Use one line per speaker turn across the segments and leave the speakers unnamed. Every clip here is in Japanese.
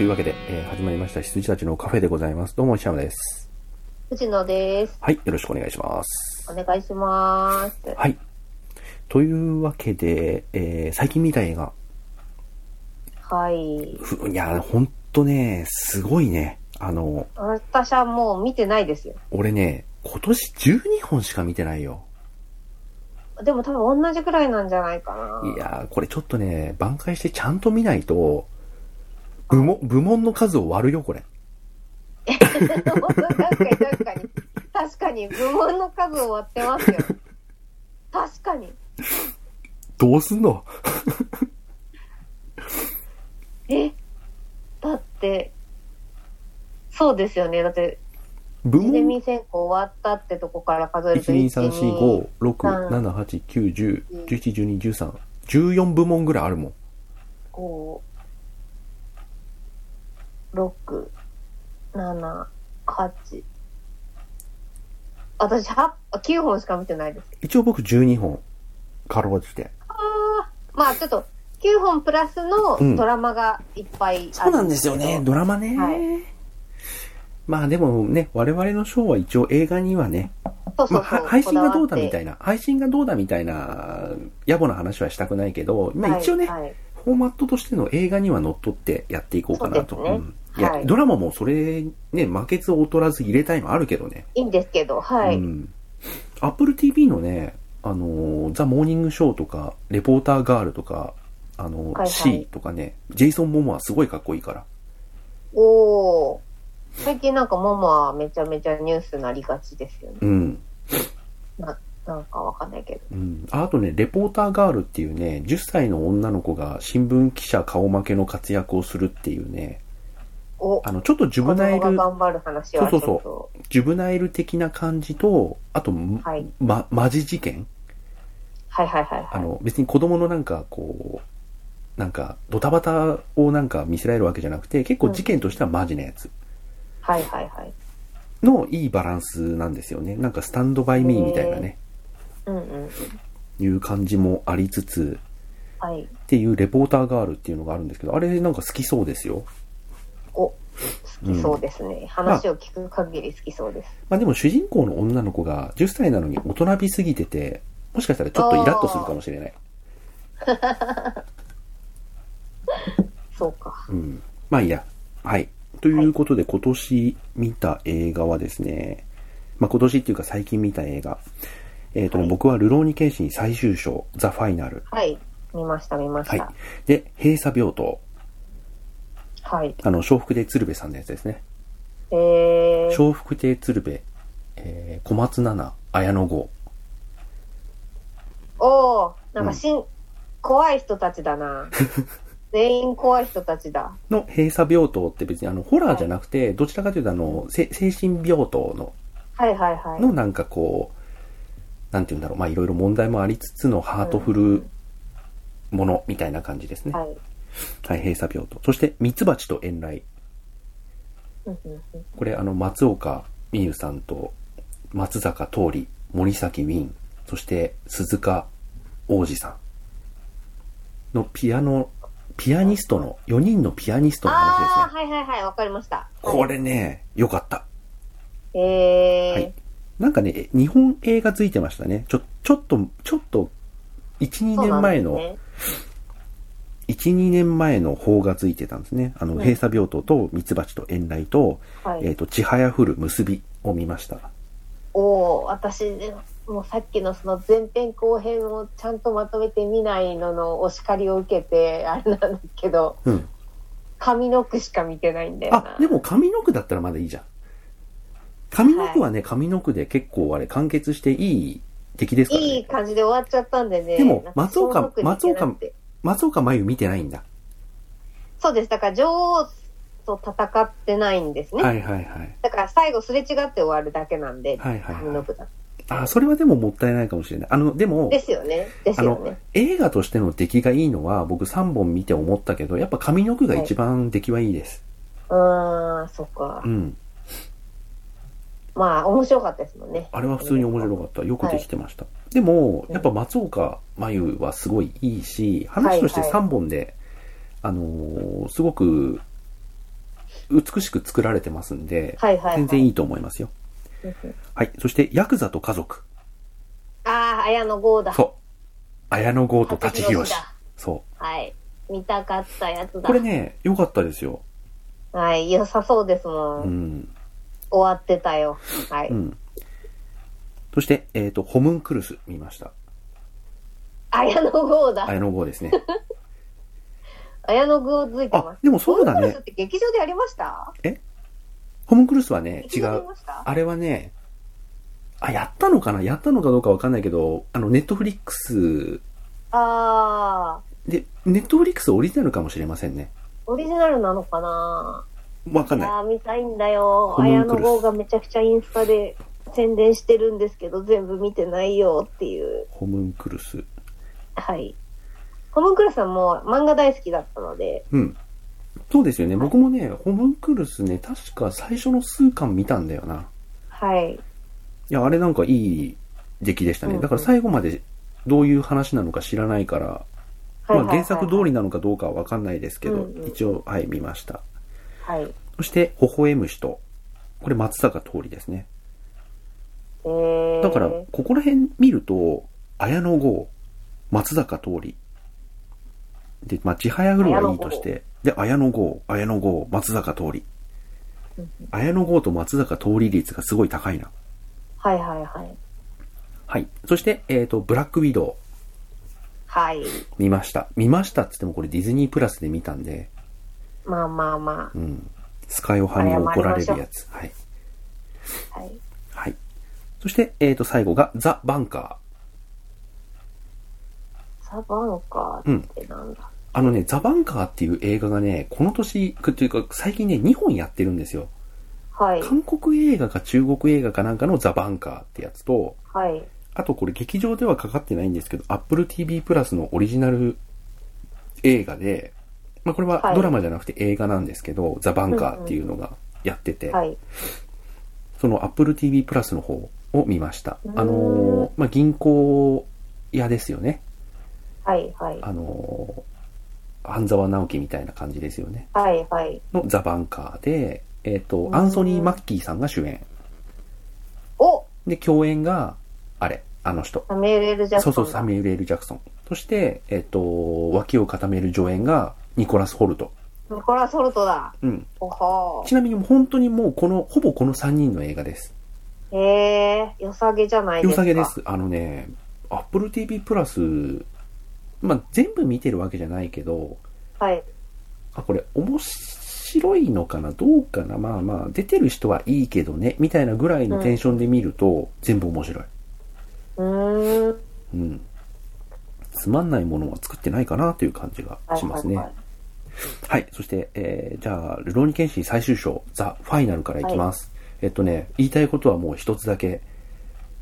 いうわけで、えー始まりました羊たちのカフェでございます。どうも、シャムです。
藤野です。
はい、よろしくお願いします。
お願いします。
はい。というわけで、えー最近見た映画、
はい。
ふいや、ほんとね、すごいね。あの、
私はもう見てないですよ。
俺ね、今年12本しか見てないよ。
でも多分同じくらいなんじゃないかな。
いやー、これちょっとね、挽回してちゃんと見ないと、部門、部門の数を割るよ、これ。
確かに確かに。確かに部門の数を割ってますよ。確かに。
どうすんの
えだって、そうですよね。だって、
部
ジゼ
門
ミ選考終わったってとこから数えると1
1,2,3,4,5,6,7,8,9,10,11,12,13,14部門ぐらいあるもん。
5、6、7、8。私、8、9本しか見てないです。
一応僕12本、かろうじて。
まあ、ちょっと、9本プラスの
うん
ドラマがいっぱいある、
そうなんですよね、ドラマね。
はい
まあでもね、我々のショーは一応映画にはね、
そ
ま
うそ
あ、
うそう。
は配信がどうだみた
い
いな、配信がどうだみたいな、野暮な話はしたくないけど、まあ一応ね、
はいはい
フォーマットとしての映画にはのっとってやっていこうかなと。
そうですね
んいや、
はい
ドラマもそれ、ね、負けず劣らず入れたいのあるけどね。
いいんですけど、はい。
うん。Apple TV のね、あのー、ザ・モーニング・ショーとか、レポーター・ガールとか、あのー、
はいはい
C とかね、ジェイソン・モモアすごいかっこいいから。
おー。最近なんかママはめちゃめちゃニュースなりがちですよね。
うん。
なんかわかんないけど。
うん、ああとね、レポーターガールっていうね、10歳の女の子が新聞記者顔負けの活躍をするっていうね、
お、
あの、ちょっとジュブナイ
子供
ル
が、頑張る話はちょっと。
そうそうジュブナイル的な感じと、あと、
はい
ま、マジ事件
はいはいはいはい
あ。の、別に子供のなんかこう、なんか、ドタバタをなんか見せられるわけじゃなくて、結構事件としてはマジなやつ
はいはいはい。
のいいバランスなんですよね。なんかスタンドバイミーみたいなね、
うんうん。
いう感じもありつつ、
はい。
っていうレポーターガールっていうのがあるんですけど、あれなんか好きそうですよ。
お、好きそうですね。話を聞く限り好きそうです。
まあでも主人公の女の子が10歳なのに大人びすぎてて、もしかしたらちょっとイラッとするかもしれない。
そうか。
うん。まあいいや。はい。ということで、今年見た映画はですね、まあ今年っていうか最近見た映画、えっ、とね、
はい
僕はルローニケンシン最終章、ザ・ファイナル。
はい。見ました見まし
はい
た。。
で、閉鎖病棟。
はい。
あの、笑福亭鶴瓶さんのやつですね。
えー、
笑福亭鶴瓶、えー小松菜奈、綾野剛。
おー、なんかしん、怖い人たち だな。全員怖い人たちだ。
の閉鎖病棟って別にあの、ホラーじゃなくて、どちらかというとあの、せ精神病棟の
はいはいはい。
のなんかこう、なんて言うんだろう、まあいろいろ問題もありつつのハートフルものみたいな感じですね。
はい。
太平鎖病と。そして、ミツバチと遠雷。
うんうんうん
これあの、松岡美優さんと、松坂桃李、森崎ウィン、そして鈴鹿王子さんのピアノ、ピアニストの、4人のピアニストの話
あ
です
ー、
ね。
はいはいはい。わかりました。
これね、良かった。
えー、
はいなんかね、え日本映画ついてましたね。ちょ、ちょっと、ちょっと、1、2
そう
年
なんで
前
すね
の、1、2年前の法がついてたんですね。あの、
うん
閉鎖病棟とミツバチと遠雷と、
はい、
えっ、と、ちはやふる結びを見ました。
おー、私、もうさっきのその前編後編をちゃんとまとめて見ないののお叱りを受けて、あれなんだけど、
うん。
上の句しか見てないんだよな。
あ、でも上の句だったらまだいいじゃん。上の句はね、上の句で結構あれ完結していい敵ですからね。
いい感じで終わっちゃったんでね。
でも
なんか
松岡
小学に行けなくて
松岡真優見てないんだ。
そうです。だから女王と戦ってないんですね。
はいはいはい。
だから最後すれ違って終わるだけなんで、
はいはいはい
上の句だ
あ、それはでももったいないかもしれない。あの、でも、
ですよね。です
あ
よ
の
ね。、
映画としての出来がいいのは、僕3本見て思ったけど、やっぱ上の句が一番出来はいいです。
うーん、そっか。
うん。
まあ、面白かったですもんね。
あれは普通に面白かった。よくできてました。でも、やっぱ松岡真優はすごいいいし、話として
はい
3本で、あのーすごく、美しく作られてますんで、
はいはいはい
全然いいと思いますよ。はい。そして、ヤクザと家族。
ああ、綾野剛だ。
そう。綾野剛と舘ひろし
舘ひろしだ。
そう。
はい。見たかったやつだ。
これね、良かったですよ。
はい。良さそうですもん。
うん。
終わってたよ。はい。
うん。そして、えっ、と、ホムンクルス見ました。
綾野剛だ。
綾野剛 ですね。
綾野剛付いてます
あ。でもそうだね
ホームランスって劇場でやりました
ホムンクルスはね、違
劇場で
う
やり。ました
あれはね、あ、やったのかなやったのかどうかわかんないけど、あの、ネットフリックス、
あー、
で、ネットフリックスオリジナルかもしれませんね。
オリジナルなのかな
わかんない。
あー、見たいんだよ。
ホムンクル
綾
ス
野剛がめちゃくちゃインスタで宣伝してるんですけど、全部見てないよっていう。
ホムンクルス。
はい。ホムンクルさんも漫画大好きだったので、
うん。そうですよね。僕もね、ホムンクルスね、確か最初の数巻見たんだよな。
はい。
いや、あれなんかいい出来でした
うん
ね。
うん
だから最後までどういう話なのか知らないから、
はい
ま
は
あ
いは
原
い
作通りなのかどうかはわかんないですけど
うんう、ん
一応、はい、見ました。
はい。
そして、微笑む人。これ松坂通りですね。
えー、
だから、ここら辺見ると、綾野剛、松坂桃李。で、まあ、千早黒がいいとして、で、綾野剛、綾野剛、松坂桃李
うん。
綾野剛と松坂桃李率がすごい高いな。
はいはいはい。
はい。そして、えっ、と、ブラックウィドウ、
はい。
見ました。見ましたっつってもこれディズニープラスで見たんで、
まあまあま
うん。スカイオハに怒られるやつ。はい。
あ。はい。
はい。そして、えっ、と、最後が、ザ・バンカー。
サバンカーってなんだ、
あのね、ザ・バンカーっていう映画がね、この年、くというか、最近ね、2本やってるんですよ。
はい。
韓国映画か中国映画かなんかのザ・バンカーってやつと、
はい。
あとこれ劇場ではかかってないんですけど、Apple TV プラスのオリジナル映画で、まあこれは
はい
ドラマじゃなくて映画なんですけど、ザ・バンカーっていうのがやってて、
はい。
その Apple TV プラスの方を見ました
う。ーん
あのーまあ銀行屋ですよね。
はい。はい。
あのー半沢直樹みたいな感じですよね。
はい。はい。
のザ・バンカーで、えっ、と
う、ん
アンソニー・マッキーさんが主演。
お
で、共演が、あれ、あの人。
サミュエル・エル・ジャク
そ
ソ
う
ン。
そう、サミュエル・エル・ジャクソン。そして、えっ、と、脇を固める助演が、ニコラス・ホルト。
ニコラ・ソルトだ。
うん。
おほ
ちなみに、本当にもう、この、ほぼこの3人の映画です。
ー。へえ、良さげじゃないで
良
すか。
さげで。す。あのね、Apple TV プラス、まあ、全部見てるわけじゃないけど、
はい。
あ、これ、面白いのかなどうかなまあまあ、出てる人はいいけどね、みたいなぐらいのテンションで見ると、全部面白い。
うーん。
うん。つまんないものは作ってないかなという感じがしますね。
は
はいいそして、えー、じゃあ、ルローニケンシン最終章、ザ・ファイナルからいきます。えっとね、言いたいことはもう一つだけ、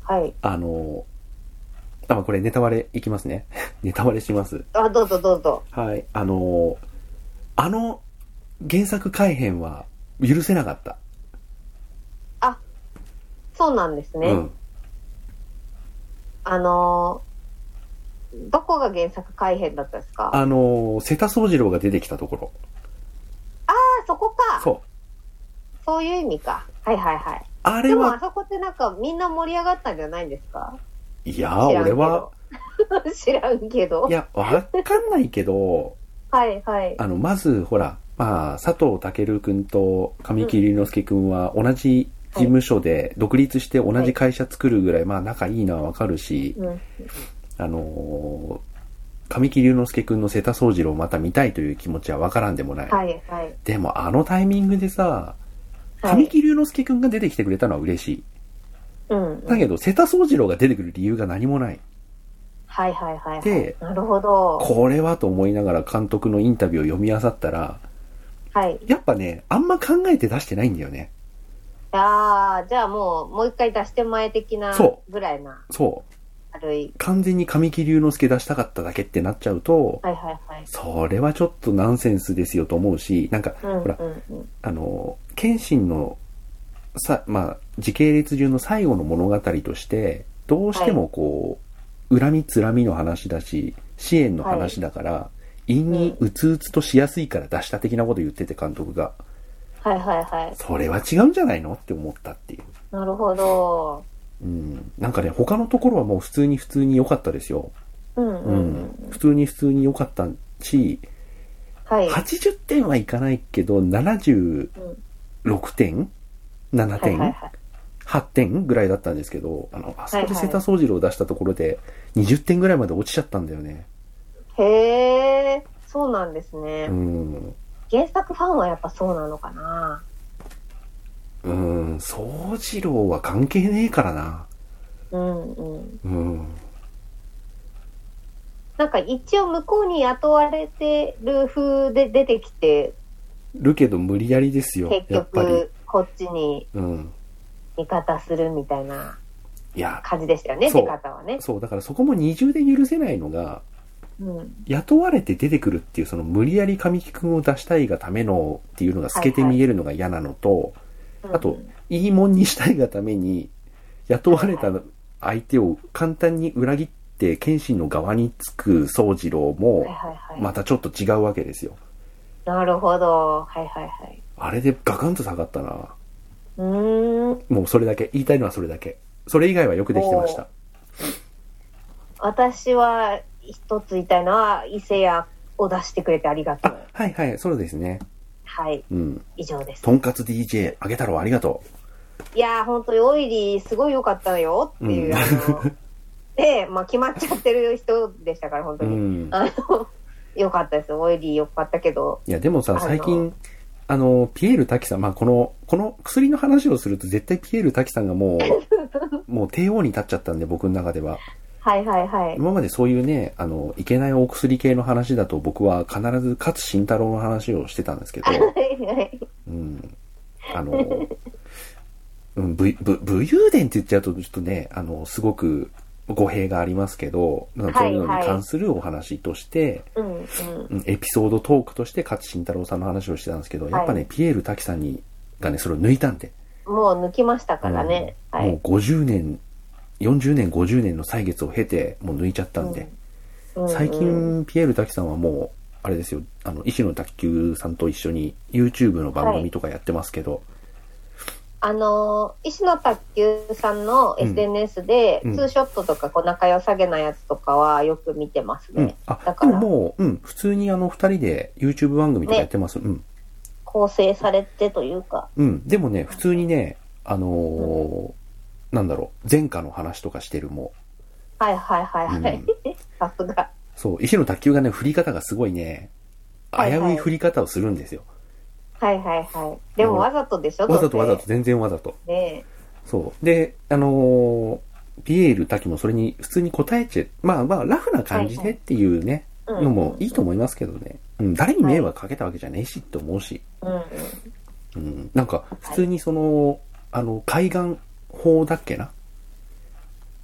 はい。はい。
あのーあ、まあこれネタバレいきますね。 ネタバレします。
あ、どうぞどうぞ。
はい。あのーあの原作改編は許せなかった。
そうなんですね。
うん。
あのー、どこが原作改編だったんですかあ
あのー瀬田宗次郎が出てきたところ。
そこか。
そう。
そういう意味か。はいはいはい。
あれ
でもあ
は、
そこってなんかみんな盛り上がったんじゃないんですか
いやー、俺は、。
知らんけど。
いや、わかんないけど、
はいはい。
あの、まず、ほら、まあ、佐藤健くんと神木隆之介くんは同じ事務所で独立して同じ会社作るぐらい、まあ、仲いいのはわかるし、
うん。
あのー神木隆之介くんの瀬田宗次郎をまた見たいという気持ちはわからんでもない。
はいはい。
でも、あのタイミングでさ、
は
神
い。
木隆之介くんが出てきてくれたのは嬉しい。
うん。
だけど、瀬田宗次郎が出てくる理由が何もない。
はいはいはいはい。
で
なるほど。
これはと思いながら監督のインタビューを読み漁ったら、
はい。
やっぱね、あんま考えて出してないんだよね。
ああ、じゃあもう、もう一回出して前的な
そ
ぐらいな
そう。
軽い。
完全に神木隆之介出したかっただけってなっちゃうと、
はいはいはい。
それはちょっとナンセンスですよと思うし、なんか、
うん
ほら、
うんうん。
あの、謙信の、さ、まあ、時系列中の最後の物語として、どうしてもこう、恨みつらみの話だし、支援の話だから、陰にうつうつとしやすいから出した的なこと言ってて監督が。
はいはいはい。
それは違うんじゃないのって思ったっていう。
なるほど。
うん。なんかね、他のところはもう普通に普通に良かったですよ。
うん
う
うんん。。
普通に普通に良かったし、
はい。
80点はいかないけど、76
うん
点 ?7
はいはい
点
はい。
?8 点ぐらいだったんですけど、あの、あそこで
はいはい
瀬田宗次郎を出したところで、20点ぐらいまで落ちちゃったんだよね。
へえ、そうなんですね
う。ん。
原作ファンはやっぱそうなのかな。
うん、宗次郎は関係ねえからな。
うんうん。
うん。
なんか一応向こうに雇われてる風で出てきて、
るけど無理やりですよ、
結
やっぱり。
局こっちに
うん。
味方するみたいない
や、
感じでしたよね、
そう
出方はね。
そう、だからそこも二重で許せないのが、
うん。
雇われて出てくるっていう、その無理やり神木くんを出したいがためのっていうのが透けて見えるのが嫌なのと、あといいもんにしたいがために、雇われた相手を簡単に裏切って、謙信の側につく宗次郎
うん、はい
も、
はいはい。
またちょっと違うわけですよ。
なるほど。はいはいはい。
あれでガクンと下がったな。
うーん。
もうそれだけ。言いたいのはそれだけ。それ以外はよくできてました。
私は一つ言いたいのは、伊勢屋を出してくれてありがと
あ
う。、
はいはい、そうですね。
はい。
うん。
以上です。
とんかつ DJ、あげ太郎ありがとう。
いやー、本当にオイリーすごい良かったよっていう、
うん
あ の、で、まあ決まっちゃってる人でしたから、本当
う
に。
ん。
あの、 良かったです。オイリー良かったけど。
いや、でも
あ
さ、
の
最近、あの、ピエール滝さん、まあ、この、この薬の話をすると絶対ピエール滝さんがも う、もう帝王に立っちゃったんで、僕の中では。
はいはいはい。
今までそういうね、あの、いけないお薬系の話だと僕は必ず勝慎太郎の話をしてたんです けど、
はいはい
うん。あの、うん、ぶ、ぶ、武勇伝って言っちゃうとちょっとね、あの、すごく語弊がありますけど、まあそういうのに関するお話として、
うんうん。
うんエピソードトークとして勝慎太郎さんの話をしてたんですけど、
い
やっぱね、ピエール滝さんにがね、それを抜いたんで、
もう抜きましたからね。
うん
はい
も。う50年、40年、50年の歳月を経て、もう抜いちゃったんで、
うんうん
最近、ピエール滝さんはもう、あれですよ、あの、石野卓球さんと一緒に YouTube の番組とかやってますけど、
あのー、石野卓球さんの
うん
SNS で、
うん
ツーショットとか、こう、仲良さげなやつとかはよく見てますね。
うん。
だ
あ、
か
で
ら
ももう、うん、普通にあの、二人で YouTube 番組とかやってます。うん。
構成されてというか。
うん。でもね、普通にね、あのーなんだろう、前科の話とかしてるも
はいはいはいは
う
い
ん。
さすが。
そう、石の卓球がね、振り方がすごいね、危
はいはいう
い振り方をするんですよ。
はいはいはい。でもわざとでしょ
わざとわざ。
ど
と
う、
全然わざと。
せね
そう。で、あのーピエール滝もそれに普通に答えちゃう、まあまあ、ラフな感じでっていうね、
えうん
のもいいと思いますけどね。うん、誰に迷惑かけたわけじゃねえしって思うし、
うんうん。
うん、なんか、普通にその、あの、海岸法だっけな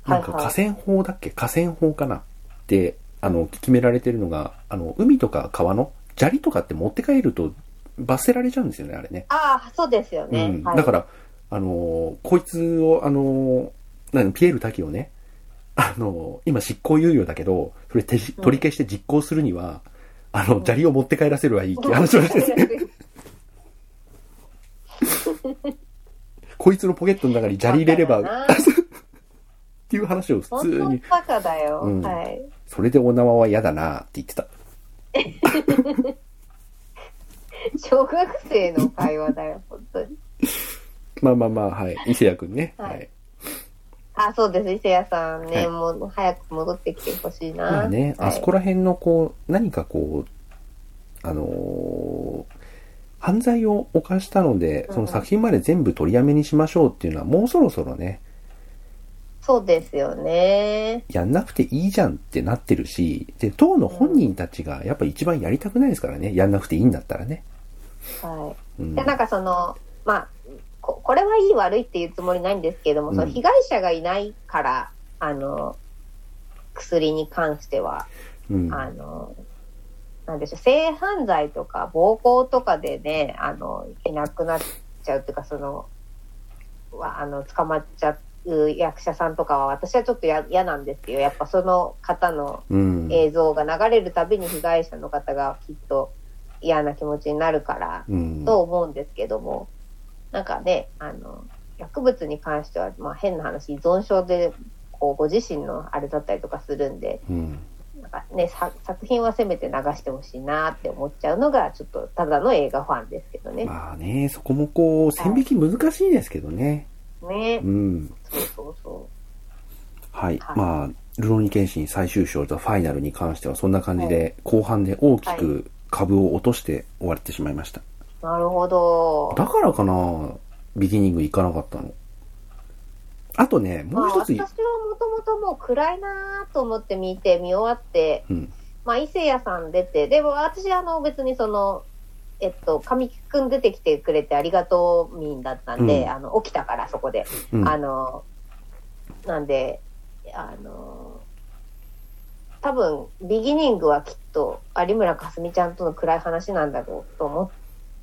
なんか
はいは
河川
い
法だっけ河川法かなって、あの、決められてるのが、あの、海とか川の砂利とかって持って帰ると罰せられちゃうんですよね、あれね。
ああ、そうですよね。
うん。
はい、
だから、あの、こいつを、あの、なんピエール滝をね、あの、今執行猶予だけど、それ手じ取り消して実行するには、あの、砂利を持って帰らせる はいいって話を してて、こいつのポケットの中に砂利入れれば、
バカだ
っ
な
ていう話を普
本
通
当
に
に、バカだよ。
うん
はい。
それでお縄は嫌だなって言ってた。
小学生の会話だよ、本当に。
まあまあまあ、はい。伊勢谷くんね。は
はい
い。
あ、そうです。伊勢谷さんね、
はい
もう早く戻ってきてほしいな。
まあね、
はい
あそこら辺のこう、何かこう、あのー犯罪を犯したので、
うん
その作品まで全部取りやめにしましょうっていうのは、もうそろそろね、
そうですよね。
やんなくていいじゃんってなってるし、で、当の本人たちがやっぱ一番やりたくないですからね、やんなくていいんだったらね。
は
う
い。
ん
で、。なんかその、まあ、ここれはいい悪いっていうつもりないんですけども、
うん
その被害者がいないから、あの、薬に関しては、
うん
あの、なんでしょう、性犯罪とか暴行とかでね、あの、いなくなっちゃうっていうか、その、はあの、捕まっちゃう役者さんとかは、私はちょっとや嫌なんですよ。やっぱその方の
うん。
映像が流れるたびに被害者の方がきっと嫌な気持ちになるから、
うん。
と思うんですけども、なんかね、あの、薬物に関しては、まあ変な話、依存症で、こう、ご自身のあれだったりとかするんで、
うん。
なんかね、さ作品はせめて流してほしいなって思っちゃうのが、ちょっとただの映画ファンですけどね。
まあね、そこもこう、線引き難しいですけどね。
ね
う。ん。
そうそうそ
はい。
はい
まあ、ルロニケンシン最終章ザ・ファイナルに関してはそんな感じで、後半で大きく株を落として終わってしまいました。
う。なるほど。
だからかな、ビギニング行かなかったの。あとね、もう一つ、
まあ、私はもともともう暗いなと思って見て見終わって、
うん。
まあ、伊勢谷さん出てでも私あの別にそのえっと神木くん出てきてくれてありがとう民だったんで、
うん
あの起きたからそこで、
うん。
あのなんであの多分ビギニングはきっと有村架純ちゃんとの暗い話なんだろうと思っ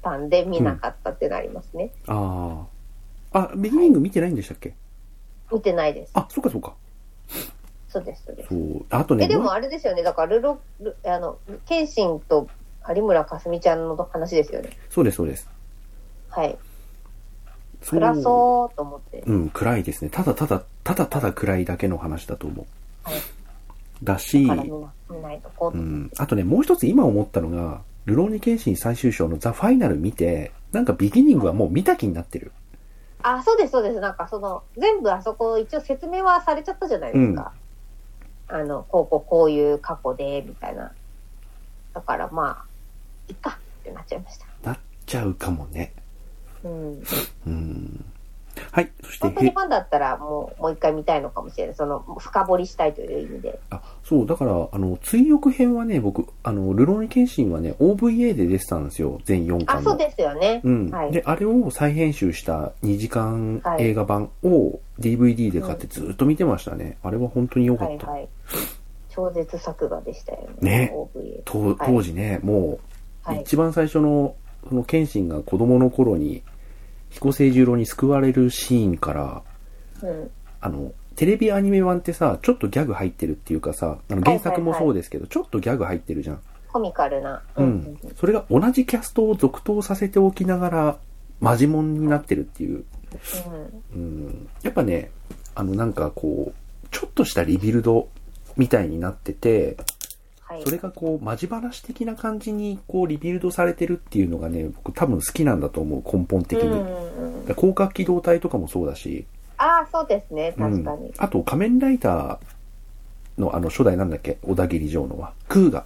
たんで見なかったってなりますね、
ああ。あ、ビギニング見てないんでしたっけ
見てないです
あ、そうかそうか。
そうですそうです
そう。あとね、
えで
も
も
う
あれですよね、だからルロ、ルあの、謙信と有村架純ちゃんの話ですよね。
そうですそうです。
はい。
そう
暗そうと思って。
うん、暗いですね。ただただ、ただただ暗いだけの話だと思う。
はい
だし、
から見な見ないとこう
う
と。
ん、あとね、もう一つ今思ったのが、ルローニケンシン最終章のザ・ファイナル見て、なんかビギニングはもう見た気になってる。
あ、そうです、そうです。なんかその、全部あそこ一応説明はされちゃったじゃないですか。あの、こうこうこういう過去で、みたいな。だからまあ、いっかってなっちゃいました。
なっちゃうかもね。
うん。
うん。はい、そして、
本当に
へ
ファンだったらもう、もう一回見たいのかもしれない。その、深掘りしたいという意味で。
あ、そう、だから、あの、追憶編はね、僕、あの、ルローニケンシンはね、OVA で出てたんですよ。全4巻の。
あ、そうですよね。
うん。
はい
で、あれを再編集した2時間
はい
映画版を DVD で買ってずっと見てましたね。あれは本当に良か
は
っ
い
た。
はい。超絶作画でしたよ
ね
OVA。
と
はい
当時ね、もう、
はい。
一番最初の、その、謙信が子供の頃に、彦星十郎に救われるシーンから、
うん。
あの、テレビアニメ版ってさ、ちょっとギャグ入ってるっていうかさ、あの原作もそうですけど、ちょっとギャグ入ってるじゃん。
コミカルな。
うん。
うん
それが同じキャストを続投させておきながら、マジモンになってるっていう。
うん
うんやっぱね、あのなんかこう、ちょっとしたリビルドみたいになってて、
はい
そ。れがこう、マジ話的な感じにこう、リビルドされてるっていうのがね、僕多分好きなんだと思う、根本的
う
に。
ん
だか
うんうん
ら広角機動隊とかもそうだし、
ああ、そうですね。
う
確
ん
かに。
あと仮面ライダーのあの初代なんだっけ、小田切城のは、クーガ。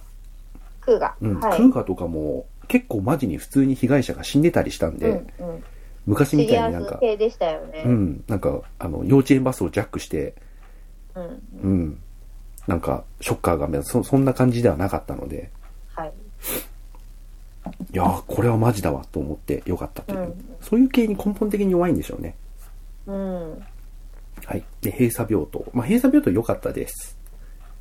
空が。
うん
はい。
クーガとかも結構マジに普通に被害者が死んでたりしたんで、
うんうん
昔
シ
み
リ
たい
ア
になん
ス
か、
系でしたよ
う
ね。
ん、なんかあの幼稚園バスをジャックして、
うん。
うん。なんか、ショッカーが目立つそ、そんな感じではなかったので、
はい。
いやー、これはマジだわと思ってよかったという、
うん
そういう系に根本的に弱いんでしょうね。
うん。
はい。で、閉鎖病棟。まあ、閉鎖病棟良かったです。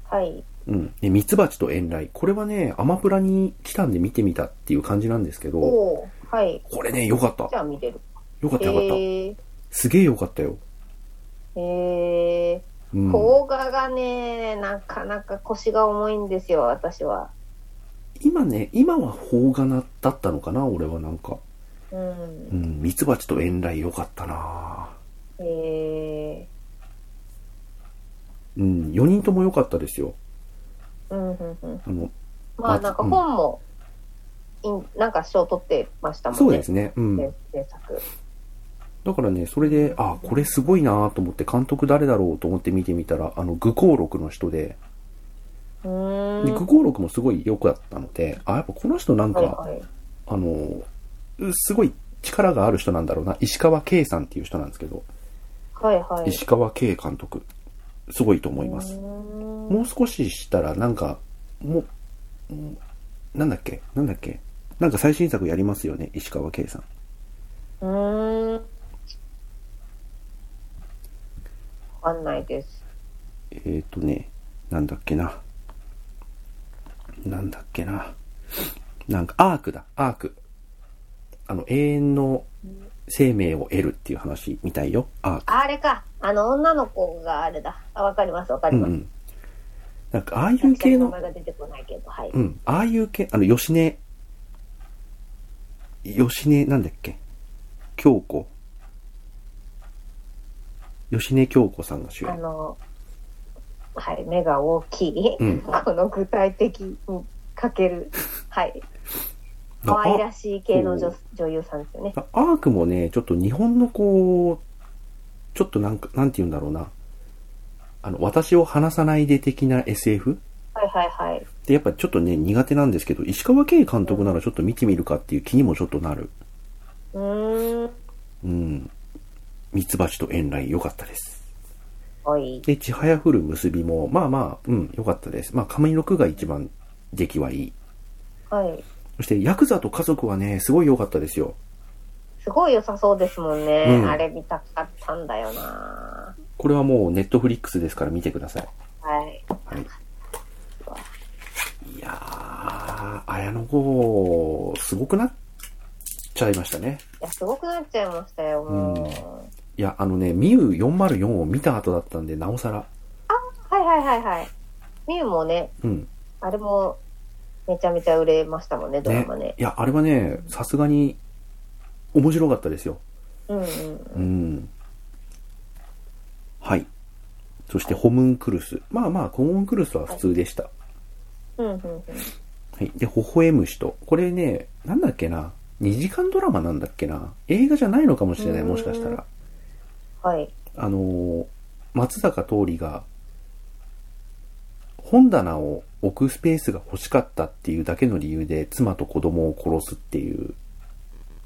はい。
うん。で、ミツバチと遠雷。これはね、アマプラに来たんで見てみたっていう感じなんですけ
お
ど、
おーはい。
これね、良かった
じ。ゃあ見れる。
良かった良かった。
へえ。
すげえ良かったよ。
へえ。
うん。
邦画がね、なかなか腰が重いんですよ、私は。
今ね、今は邦画なだったのかな俺はなんか。
うん
う。ん。ミツバチと遠雷良かったな
へえ。
うん。4人とも良かったですよ。
うん、うん、うん。
あの、
ま
ま
あなんか
うん
本も、いんなんか賞取ってましたもんね。
そうですね。うん。
制制作。
だからね、それで、あ、これすごいなと思って、監督誰だろうと思って見てみたら、あの、愚行録の人で、で、
うーん。
愚行録もすごい良かったので、あ、やっぱこの人なんか、
はいはい。
あの、うすごい力がある人なんだろうな。石川圭さんっていう人なんですけど、
はいはい。
石川圭監督、すごいと思います。
も
もう少ししたら、なんか、もう、うんなんだっけなんだっけなんか最新作やりますよね、石川圭さん。
うーん。わかんないです。
えっ、ー、とね、なんだっけな。なんだっけな。なんか、アークだ、アーク。あの、永遠の生命を得るっていう話みたいよ、アーク。
あれか。あの、女の子があれだ。あ、わかりますわか
う
り
んう
ます。
ん。なんか、ああい
確
う
かに
系
名
の
前、が出てこないけど、はい。
うん、ああいう系、あの、吉根吉根、なんだっけ京子。吉根京子さんが主
あ
演。
の、はい、目が大きい、
うん
この具体的にかける、はい、
な
可 愛
あ
らしい系の
お
女
う
女優さんですよね。
アークもね、ちょっと日本のこう、ちょっとなんか、なんて言うんだろうな。あの、私を離さないで的な SF?
はいはいはい。
で、やっぱちょっとね、苦手なんですけど、石川慶監督ならちょっと見てみるかっていう気にもちょっとなる。
うーん、
うん。ミツバチと遠来良かったです。
おい。
で、ちはやふる結びも、まあまあ、うん、良かったです。まあ、亀井六が一番出来はいい。
はい。
そして、ヤクザと家族はね、すごい良かったですよ。
すごい良さそうですもんね。
うん
あれ見たかったんだよな
これはもうネットフリックスですから見てください。
はい。
はい。いやー、綾野剛、すごくなっちゃいましたね。
いや、すごくなっちゃいましたよ、もう。
うんいや、あのね、ミュー404を見た後だったんで、なおさら。
はいはいはいはい。みゆもね、
うん。
あれも、めちゃめちゃ売れましたもんね、ドラマね。
いや、あれはね、さすがに、面白かったですよ。
うんうん。
うん。はい。そして、ホムンクルス。まあまあ、コムンクルスは普通でした。
うんうんうん。
はい。で、微笑む人。これね、なんだっけな。2時間ドラマなんだっけな。映画じゃないのかもしれない、もしかしたら。
はい。
あのー松坂桃李が、本棚を置くスペースが欲しかったっていうだけの理由で妻と子供を殺すっていう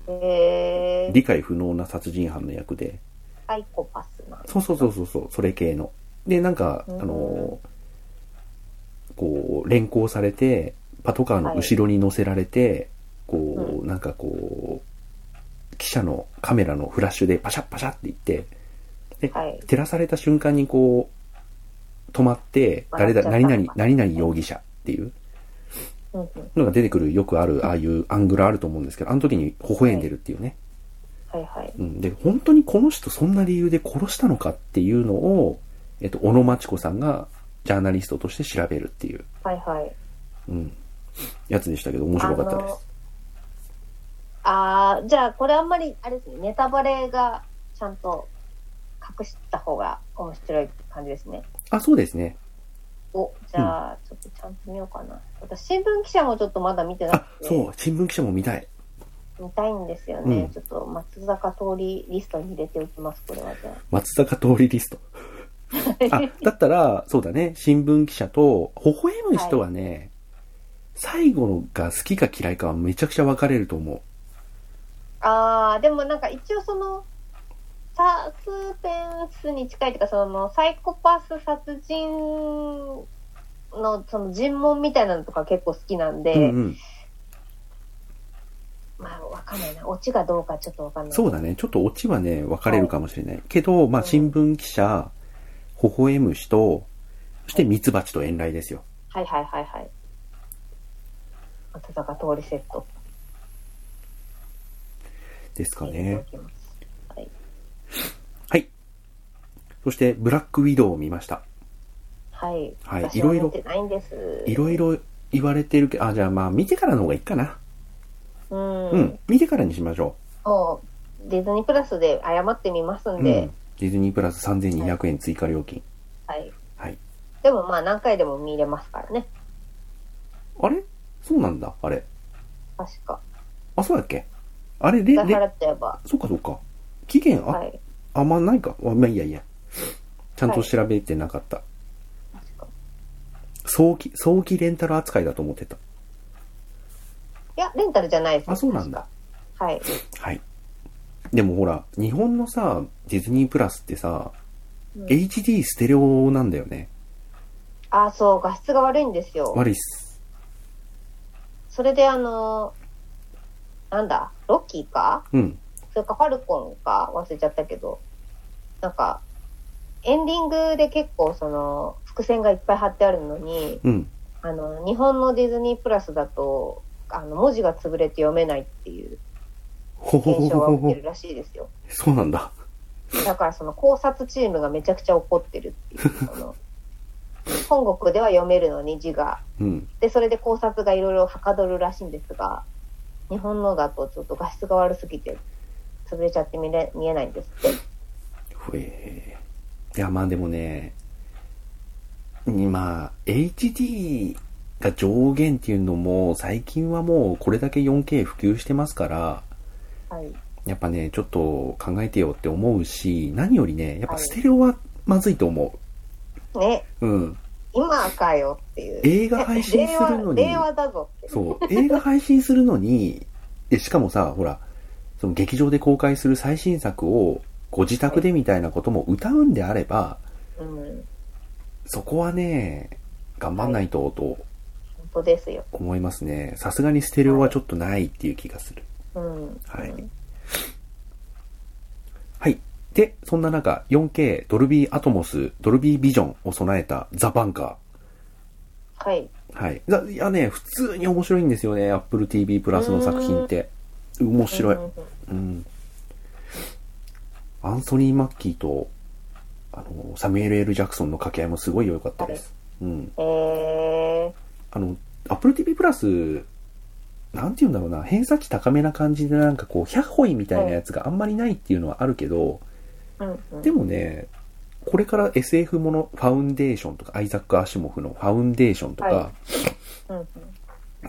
えー、
理解不能な殺人犯の役で、
サイコパスな。
そうそうそうそうそう、それ系の。で、なんか、あ
うん
のーこう、連行されて、パトカーの後ろに乗せられて、こ
う
う、なんかこう、記者のカメラのフラッシュでパシャッパシャって言って、
はい。
照らされた瞬間にこう、止まって、誰だ、
笑っ
何
ちゃった
々、何々容疑者っていう
うんうん。
のが出てくる、よくある、ああいうアングルあると思うんですけど、あの時に微笑んでるっていうね。
はいはい。
うん。で、本当にこの人そんな理由で殺したのかっていうのを、えっと、小野真知子さんがジャーナリストとして調べるっていう、
はいはい。
うん、やつでしたけど、面白かったです。
あーじゃあこれあんまり、あれですね、ネタバレがちゃんと隠した方が面白い感じですね。
あ、そうですね。
お、じゃあ、ちょっとちゃんと見ようかな。私、新聞記者もちょっとまだ見てな
あ、
くて、
そう、新聞記者も見たい。
見たいんですよね。
うん
ちょっと松坂通りリストに入れておきます、これはじゃ
松坂通りリスト。あ、だったら、そうだね、新聞記者と、微笑む人はね、最後のが好きか嫌いかはめちゃくちゃ分かれると思
あ。あーでもなんか一応その、サスペンスに近いというか、その、サイコパス殺人の、その尋問みたいなのとか結構好きなんで、
う。うんうん。
まあ、わかんないな。オチがどうかちょっとわかんない。
そうだね、ちょっとオチはね、分かれるかもしれない。けど、まあ、新聞記者、微笑む人、そしてミツバチと遠来ですよ。
はいはいはいはい。松坂通りセット。
ですか
入れ
ね
て。おきますはい。
はい。そして、ブラックウィドウを見ました。
はい。
はい
私
いろいろ
見てないんです。
いろいろ言われてるけど、あ、じゃあまあ、見てからの方がいいかな。
うん。
うん、見てからにしましょ
もう、ディズニープラスで謝ってみます
う。
ん
うん。
で、
ディズニープラス3200円追加料金。
はい。
はい。
でもまあ何回でも見れますからね。
あれそうなんだ、あれ。
確か。
あ、そうだっけあれ、れ、
だから
れ、
っちゃえば。
そっかそっか。期限あ、
はい。
あんまないか。あまあ、いいやいいや。ちゃんと調べてなかった。
確か。
早期、早期レンタル扱いだと思ってた。
いや、レンタルじゃないです。
あ、そうなんだ。
はい。
はい。でもほら、日本のさ、ディズニープラスってさ、
うん
HD ステレオなんだよね。
あ、そう、画質が悪いんですよ。
悪いっす。
それであのーなんだ、ロッキーか
うん。
それかファルコンか忘れちゃったけど、なんか、エンディングで結構その、伏線がいっぱい貼ってあるのに、
うん。
あの、日本のディズニープラスだと、あの、文字が潰れて読めないっていう
ほほほ
現象
ほ
が起
ほ
きてる。らしいで すよ。
そうなんだ。
だからその考察チームがめちゃくちゃ怒ってるっていう、その、本国では読めるのに字が。
うん。
で、それで考察がいろいろはかどるらしいんですが、日本のだとちょっと画質が悪すぎて、潰れちゃって見れ見えないんですって。
ふえーいや、まあでもね、まあ、HD が上限っていうのも、最近はもうこれだけ 4K 普及してますから、
はい。
やっぱね、ちょっと考えてよって思うし、何よりね、やっぱステレオはまずいと思
ね、
う。うん。
今かよっていう。
映画配信するのに、
令和令和だぞって。
そう、映画配信するのに、で、しかもさ、ほら、その劇場で公開する最新作を、ご自宅でみたいなことも歌うんであれば、
うん。
そこはね、頑張んないと、と
本当ですよ。
思いますね。さすがにステレオはちょっとないっていう気がする。
うん。
はい。はい。で、そんな中、4K、ドルビーアトモス、ドルビービジョンを備えたザ・バンカ
はい。
ー。はい。だいやね、普通に面白いんですよね、Apple TV プラスの作品って。面白い
うん。うんうん
うん。アンソニー・マッキーと、あの、サミュエル・ L ・ジャクソンの掛け合いもすごい良かったです。うん。
え
あの、Apple TV プラス、なんて言うんだろうな、偏差値高めな感じでなんかこう、100ホイみたいなやつがあんまりないっていうのはあるけど、
ー。うんうん
でもね、これから SF もの、ファウンデーションとか、アイザック・アシモフのファウンデーションとか
はうんうん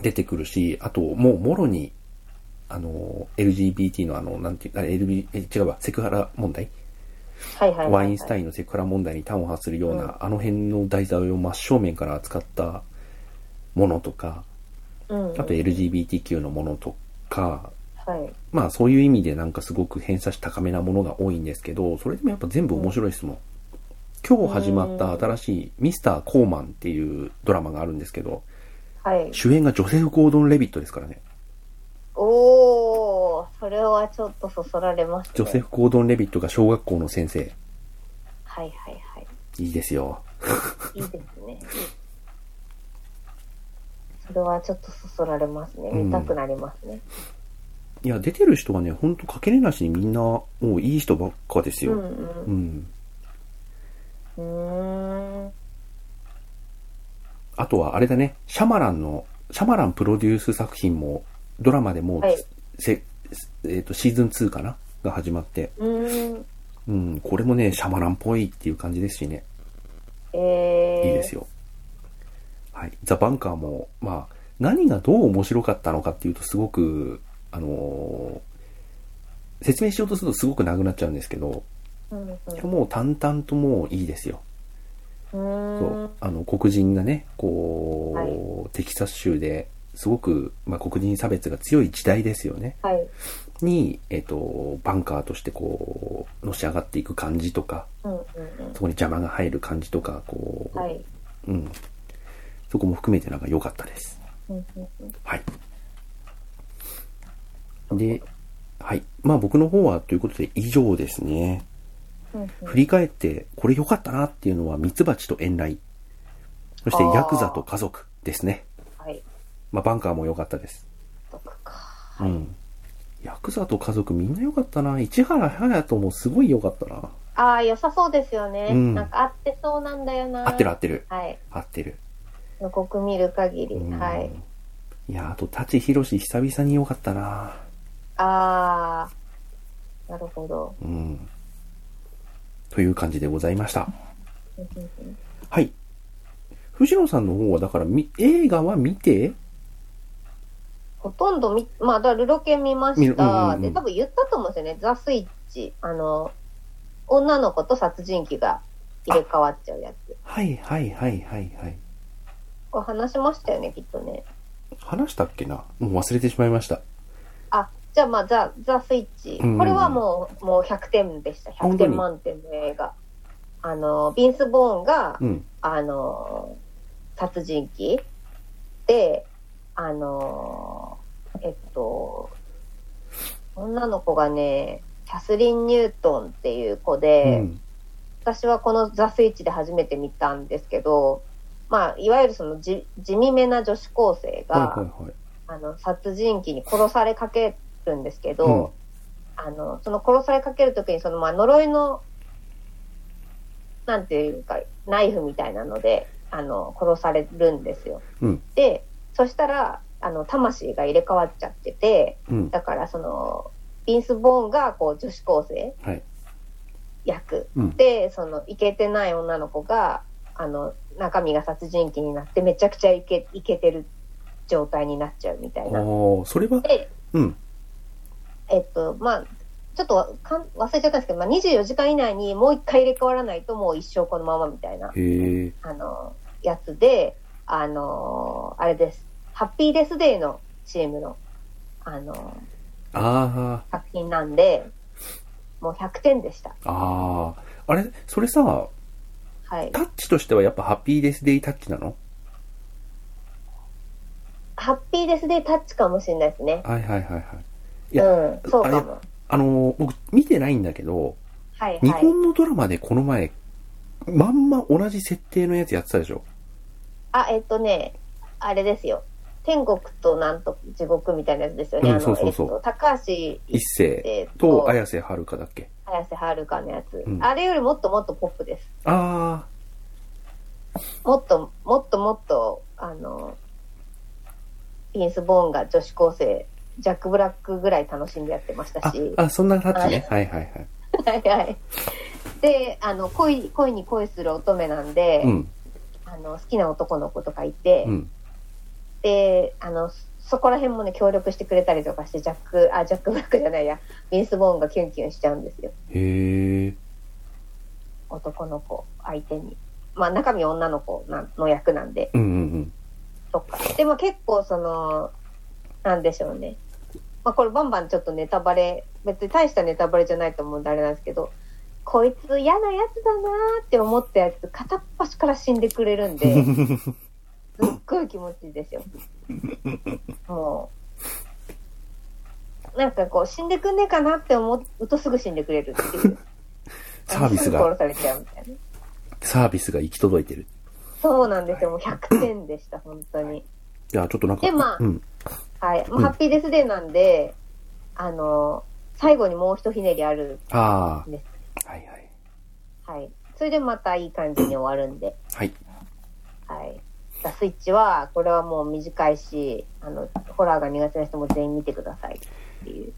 出てくるし、あと、もうもろに、あの、LGBT のあの、なんていう、あれ、LB、え違うわ、セクハラ問題
はいはいはいはい。
ワインスタインのセクハラ問題に端を発するような、
うん
あの辺の題材を真正面から扱ったものとか、
うんうん。
あと LGBTQ のものとか、
はい。
まあそういう意味でなんかすごく偏差値高めなものが多いんですけど、それでもやっぱ全部面白いですもん。今日始まった新しいミスター・コーマンっていうドラマがあるんですけど、
はい。
主演がジョセフ・ゴードン・レビットですからね。
おー、それはちょっとそそられます、ね。
ジョセフ・ゴードン・レビットが小学校の先生。
はいはいはい
いですよ。
い。いいですね。それはちょっとそそられますね。見たくなりますね。
いや、出てる人はね、ほんとかけれなしにみんな、もういい人ばっかです
う
よ。
ん
うん
うん。う
あとはあれだね、シャマランの、シャマランプロデュース作品も、ドラマでもう、
はい
せえーとシーズン2かなが始まって、
ーん。うーん。
うん、これもね、シャマランっぽいっていう感じですしね、
え
い
ー。
いですよ。はい。ザ・バンカーも、まあ、何がどう面白かったのかっていうと、すごく、あのー説明しようとするとすごくなくなっちゃうんですけど、
うんうん。
もう淡々ともういいですよ。
う
そ
ーん
う。あの、黒人がね、こう、
は
テキサス州ですごく、まあ、黒人差別が強い時代ですよね。
はい。
に、えっ、と、バンカーとしてこう、のし上がっていく感じとか、
うんうん
そこに邪魔が入る感じとか、こ
うん。
う、
はい。
うん。そこも含めてなんか良かったです。
うんうんうん
はい。で、はい。まあ僕の方はということで以上ですね。
うんうん
振り返って、これ良かったなっていうのは、ミツバチと遠雷。そして、
あー
ヤクザと家族ですね。
はい。
まあ、バンカーも良かったです。
どこか。
うん。ヤクザと家族みんな良かったな。市原隼人もすごい良かったな。
ああ、良さそうですよね。
うん
なんか合ってそうなんだよな。
合ってる合ってる。
はい。
合ってる。
予告見る限り。
うん
はい。。
いや、あと、舘ひろし久々に良かったな。
ああ、なるほど。
う ん。という感じでございました。はい。藤野さんの方は、だから、み映画は見て、
ほとんどみ、まあ、だからルロケン見まし
見るうんうん
た。
うん
で、多分言ったと思うんですよね。ザ・スイッチ。あの、女の子と殺人鬼が入れ替わっちゃうやつ。
はいはいはいはいはい。
これ話しましたよね、きっとね。
話したっけなもう忘れてしまいました。
あ、じゃあまあ、ザ・ザ・スイッチ。
うん
これはもう、もう100点でした。
本
100
当に
点満点の映画。あの、ビンス・ボーンが
う、ん。
あの、殺人鬼で、あの、えっと、女の子がね、キャスリン・ニュートンっていう子で、
うん。
私はこのザ・スイッチで初めて見たんですけど、まあ、いわゆるそのじ地味めな女子高生が、
はいはいはい。
あの、殺人鬼に殺されかけるんですけど、
うん
あの、その殺されかけるときに、その、まあ、呪いの、なんていうか、ナイフみたいなので、あの、殺されるんですよ。
うん
で、そしたら、あの、魂が入れ替わっちゃってて、
うん。
だからその、ビンス・ボーンがこう女子高生
はい。
役
うん。
で、その、イケてない女の子が、あの、中身が殺人鬼になって、めちゃくちゃイケ、イケてる状態になっちゃうみたい
ああ
な。
ー、それは、
で、
うん。
えっと、まあ、ちょっとわかん忘れちゃったんですけど、まあ、24時間以内にもう一回入れ替わらないともう一生このままみたいな、
へえ。
あの、やつで、あの、あれです。ハッピーデスデーの CM の、あの、
あ
作品なんで、もう100点でした。
あ、ああ。あれそれさ、
はい。
タッチとしてはやっぱハッピーデスデイタッチなの
ハッピーデスデータッチかもしれないですね。
はいはいはいはい。いうや
ん、そうか
あれ
も。
あのー僕見てないんだけど、
はい
日
はい。
本のドラマでこの前、まんま同じ設定のやつやってたでしょ
あ、えっとね、あれですよ。天国となんと地獄みたいなやつですよね。
うん
あの、
そうそうそう
えっと、高橋一
一世
生
と
と
綾瀬はるかだっけ
綾瀬はるかのやつ、
うん
あれよりもっともっとポップです。
あ
もっと、もっともっと、あの、ピンス・ボーンが女子高生、ジャック・ブラックぐらい楽しんでやってました
あ、
し。
あ、あ、そんなタッチね。はいはいはい。
はいはい。で、あの、恋、恋に恋する乙女なんで、
うん、
あの、好きな男の子とかいて、
うん。
で、あの、そこら辺もね、協力してくれたりとかして、ジャック、あ、ジャック・ブラックじゃないや、ビンス・ボーンがキュンキュンしちゃうんですよ。
へえ。
男の子相手に。まあ、中身女の子なの役なんで、
うんうん
とか。で、まあ結構その、なんでしょうね。まあこれバンバンちょっとネタバレ、別に大したネタバレじゃないと思うんであれなんですけど、こいつ嫌なやつだなーって思ったやつ、片っ端から死んでくれるんで、 すっごい気持ちいいですよ。もう、なんかこう、死んでくんねえかなって思うとすぐ死んでくれるっていう。
サービスが
すぐ殺されちゃうみたいな。
うん。サービスが行き届いてる。
そうなんですよ。もう100点でした、本当に。
いや、ちょっとなんか、
でまあ
うん。
はい。まあ
うん
ハッピーデスデーなんで、あの、最後にもうひとひねりある。
あ
です
あ。はいはい。
はい。それでまたいい感じに終わるんで。
はい。
はい。ザスイッチは、これはもう短いし、あの、ホラーが苦手な人も全員見てくださいっていう。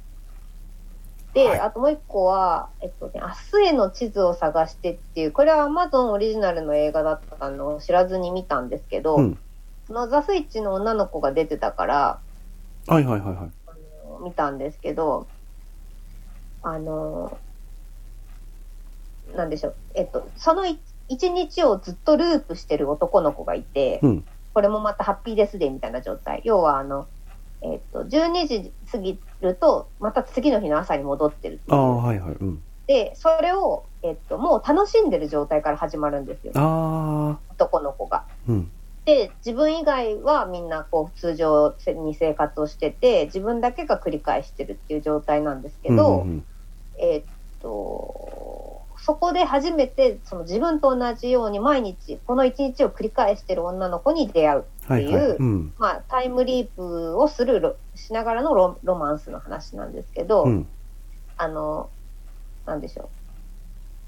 で、
はい
あともう一個は、えっとね、明日への地図を探してっていう、これは Amazon オリジナルの映画だったのを知らずに見たんですけど、
うん。
そのザスイッチの女の子が出てたから、
はいはいはいはい。
見たんですけど、あの、なんでしょう、えっと、そのい一日をずっとループしてる男の子がいて、
うん。
これもまたハッピーデスデーみたいな状態。要は、あの、えっと、12時過ぎると、また次の日の朝に戻ってるってい
あ
う
あ、はいはい。うん。
で、それを、えっと、もう楽しんでる状態から始まるんですよ、
ああ。
男の子が。
うん。
で、自分以外はみんなこう通常に生活をしてて、自分だけが繰り返してるっていう状態なんですけ
う
ど、
んうんうん、
えーっと、そこで初めてその自分と同じように毎日この一日を繰り返してる女の子に出会う。
はいはい。
っていう
うん。
まあ、タイムリープをするロしながらのロロマンスの話なんですけど、
うん。
あの、なんでしょう。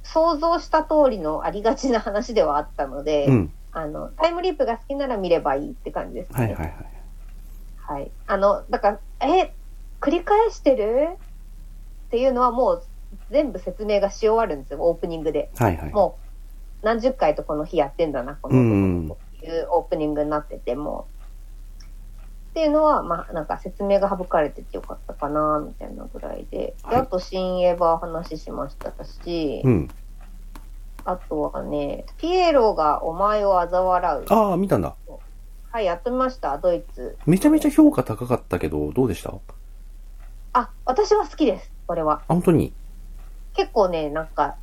想像した通りのありがちな話ではあったので、
うん。
あの、タイムリープが好きなら見ればいいって感じですね。
はいはいはい。
はい。あの、だから、え、繰り返してるっていうのはもう全部説明がし終わるんですよ、オープニングで。
はいはい。
もう何十回とこの日やってんだな、こ
う
の子
ん。
っていうオープニングになってて、もう。っていうのは、まあ、なんか説明が省かれててよかったかな、みたいなぐらいで。で
はい
あと、新エヴァ話しましたし
う、ん。
あとはね、ピエロがお前を嘲笑う。
ああ、見たんだ。
はい、やってました、ドイツ。
めちゃめちゃ評価高かったけど、どうでしたあ、
あ、私は好きです、これは。
本当に
結構ね、なんか、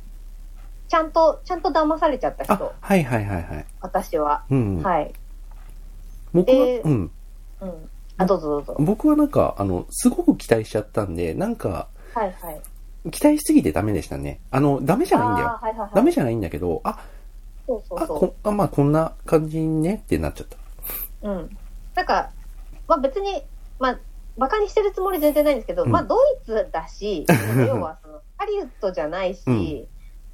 ちゃんと、ちゃんと騙されちゃった
あ
人、、
はいはいはいはい。
私は。
うんうん。
はい。
僕は
で、
うん。
うん。あ、どうぞどうぞ。
僕はなんか、あの、すごく期待しちゃったんで、なんか、
はいはい。
期待しすぎてダメでしたね。あの、ダメじゃないんだ
あ
よ。
ーはいはいはい。
ダメじゃないんだけど、あ、
そうそう
あ、
そ
こあまあ、こんな感じねってなっちゃった。
う。うん。なんか、まあ別に、まあ、バカにしてるつもり全然ないんですけど、
うん
まあドイツだし、要はその、ハリウッドじゃないし、
うん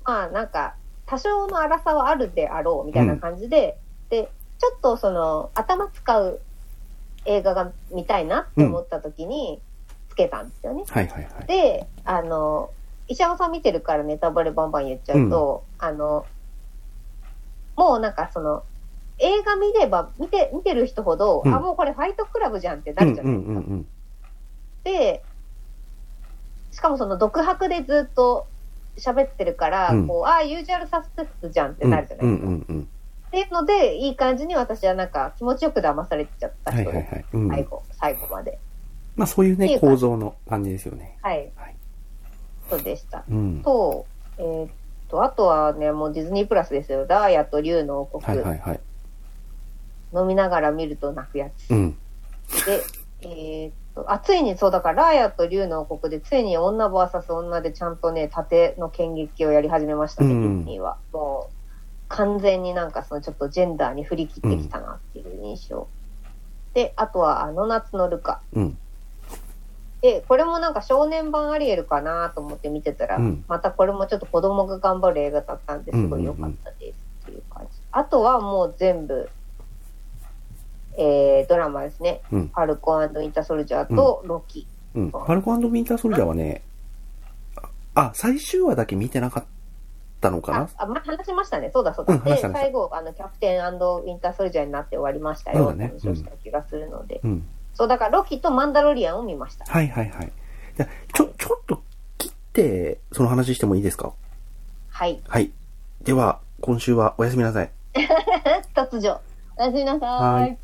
まあなんか、多少の荒さはあるであろうみたいな感じで、で、ちょっとその、頭使う映画が見たいなって思った時につけたんですよね。
はいはいはい。
で、あの、石山さん見てるからネタバレバンバン言っちゃうと、あの、もうなんかその、映画見れば、見て、見てる人ほど、
うん
あ、もうこれファイトクラブじゃんってな
うん
る
う
じゃない
んうんうん。
で、しかもその独白でずっと喋ってるから、
うん
こう、ああ、ユージュアルサスペンスじゃんって
うん
なるじゃないですか。
うんうんうん。
っていうので、いい感じに私はなんか気持ちよく騙されちゃった
はい
人
はい
で
はい。うん
す、。最後、最後まで。
まあそういう
ってい
ね、
うか
構造の感じですよね。
はい。
はい
そうでした。
うん。
と、えーっと、あとはね、もうディズニープラスですよ。ダーヤと竜の王
はい
国、
はいはい。
飲みながら見ると泣くやつ。
うん。
で、えーっと、あ、ついにそうだから、ラーヤと竜の王国で、ついに女 VS 女でちゃんとね、盾の剣撃をやり始めました
う
ね、
ん
ディズニーは。もう、完全になんかそのちょっとジェンダーに振り切ってきたなっていう印象。で、あとは、あの夏のルカ。
うん。
で、これもなんか少年版アリエルかなと思って見てたら、
うん
またこれもちょっと子供が頑張る映画だったんですごい良かったですっていう感じ。あとはもう全部、えー、ドラマですね。
うん
ファルコンインターソルジャーとロキ。
うん。ファルコンミンターソルジャーはね、あ、最終話だけ見てなかったのか
あ
な、
あ、まあ、話しましたね。そうだそうだ。
うん話
で、
した話した
最後、あの、キャプテンウィンターソルジャーになって終わりましたよ。
そうだね
って話をした気がするので。
うん。
そう、だからロキとマンダロリアンを見ました。
はいはいはい。じゃあちょ、ちょっと切って、その話してもいいですか
はい。
はい。では、今週はおやすみなさい。
突如。おやすみなさ
は
ー
い
い